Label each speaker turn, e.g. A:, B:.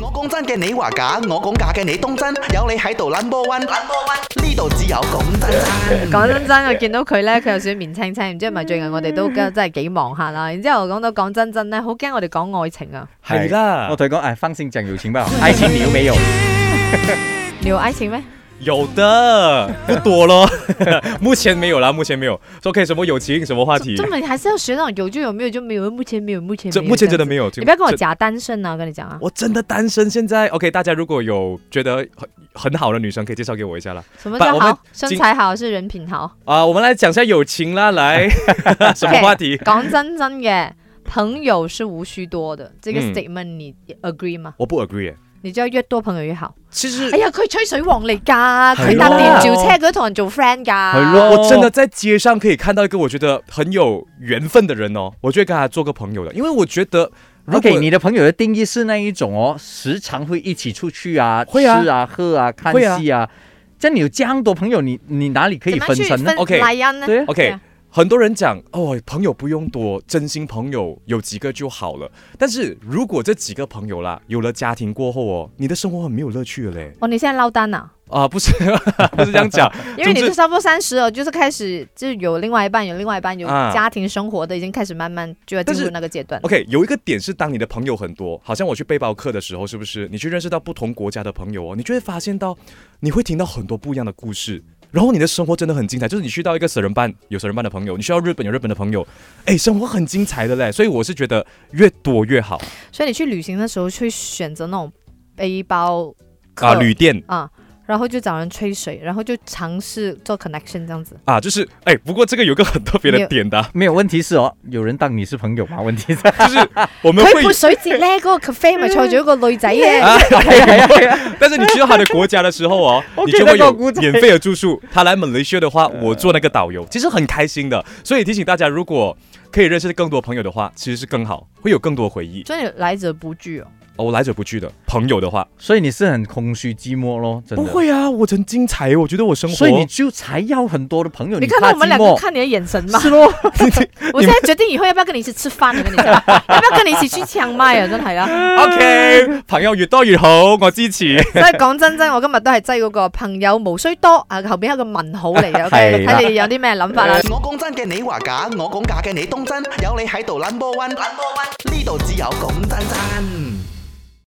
A: 我講真嘅，你話假；我講假嘅，你當真。有你喺度 number one，number one，呢度只有講真
B: 嗯
A: 真。
C: 講真真，我見到佢咧，佢有少少面青青，唔知係咪最近我哋都真係幾忙下啦。然之後講到講真真咧，好驚我哋講愛情啊，
B: 係啦
D: 我同你講，誒，放心講友 情吧，愛情你有沒有？
C: 你有愛情咩？
B: 有的 不多咯，目前沒有啦，目前沒有。OK，什麼友情，什麼話题
C: 根？本還是要學那種有就有，沒有就沒有，目前沒有，目前沒
B: 这
C: 有。
B: 目前真
C: 這
B: 的
C: 樣子
B: 沒有。
C: 你不要跟我
B: 这，
C: 假單身啊！我跟你講啊，
B: 我真的单身。现在 OK，大家如果有觉得很很好的女生，可以介绍给我一下啦。
C: 什麼
B: 不
C: 叫
B: 我們
C: 好？身材好是人品好。
B: 啊、我们来讲一下友情啦， 来，什么话题？
C: 講真真嘅，朋友是無需多的。這個
B: 嗯
C: statement 你 agree 嗎？
B: 我不 agree 耶。
C: 你知道越多朋友越好。
B: 其实
C: 哎呀，佢吹水王嚟㗎，
B: 係
C: 佢
B: 咯
C: 搭電召車佢都同人做 friend 㗎。
D: 係咯
B: 我真的在街上可以看到一个我觉得很有缘分的人哦，我就会跟他做个朋友的，因为我觉得如果
D: OK，你的朋友的定义是那一种哦，时常会一起出去啊，
B: 会啊
D: 吃啊、喝啊、看
B: 会啊
D: 戏啊。这样你有这样多朋友，你你哪里可以
C: 點樣
D: 分
C: 去
D: 身呢
C: 分？
B: OK，
C: 賴恩呢？
D: 对啊
B: OK，、
C: 對啊
B: 很多人讲哦，朋友不用多，真心朋友有几个就好了。但是如果这几个朋友啦，有了家庭过后哦，你的生活很没有乐趣了嘞。
C: 哦，你现在落单啊？
B: 啊，不是， 不是这样讲，
C: 因为你
B: 总
C: 就
B: 之
C: 差不多三十了，哦就是开始就有另外一半，有另外一半，有
B: 啊
C: 家庭生活的，已经开始慢慢就要进
B: 但
C: 入
B: 是
C: 那个阶段。
B: OK，有一个点是，当你的朋友很多，好像我去背包客的时候，是不是？你去认识到不同国家的朋友哦，你就会发现到，你会听到很多不一样的故事，然后你的生活真的很精彩。就是你去到一个死人班，有死人班的朋友；你去到日本，有日本的朋友，哎，生活很精彩的嘞。所以我是觉得越多越好
C: 所以你去旅行的时候，去选择那种背包客
B: 啊，旅店
C: 啊，然后就找人吹水，然后就尝试做 connection 这样子。
B: 啊，就是哎，不过这个有个很特别的点的啊、
D: 没有问题是哦，有人当你是朋友吗？问 题是，
B: 就是我们
C: 佢
B: 会啊
C: 泼， 水节咧，嗰、個 cafe 咪坐咗一個女仔嘅，
D: 哎呀哎呀哎呀
B: 但是你去到他的国家的时候 哦
D: 我，
B: 你
D: 给
B: 就
D: 他
B: 会
D: 个
B: 有
D: 鼓掌
B: 免费的住宿。他来马来西亚的话，我做那个导游，其实很开心的。所以提醒大家，如果可以认识更多朋友的话，其实是更好，会有更多回忆。
C: 所以来者不拒哦。
B: 哦我来者不拒的朋友的话，
D: 所以你是很空虚寂寞咯，真的。
B: 不会啊，我很精彩，我觉得我生活。
D: 所以你就才要很多的朋友，
C: 你看
D: 怕
C: 到我们
D: 寂
C: 两个
D: 寞。
C: 看你的眼神吗？
D: 是咯，
C: 我现在决定以后要不要跟你一起吃飯，我跟你 講，要不要跟你一起去抢麦啊？真係啊！
B: OK，朋友越多越好，我支 持。
C: 所以講真真，我今日都係擠嗰個朋友無需多啊，後邊係一個問號嚟嘅。OK，
D: 係啦
C: 睇你有啲咩諗法啦。
A: 我講真嘅，你話假；我講假嘅，你當真。有你喺度 number one，number one，呢度只有講真真。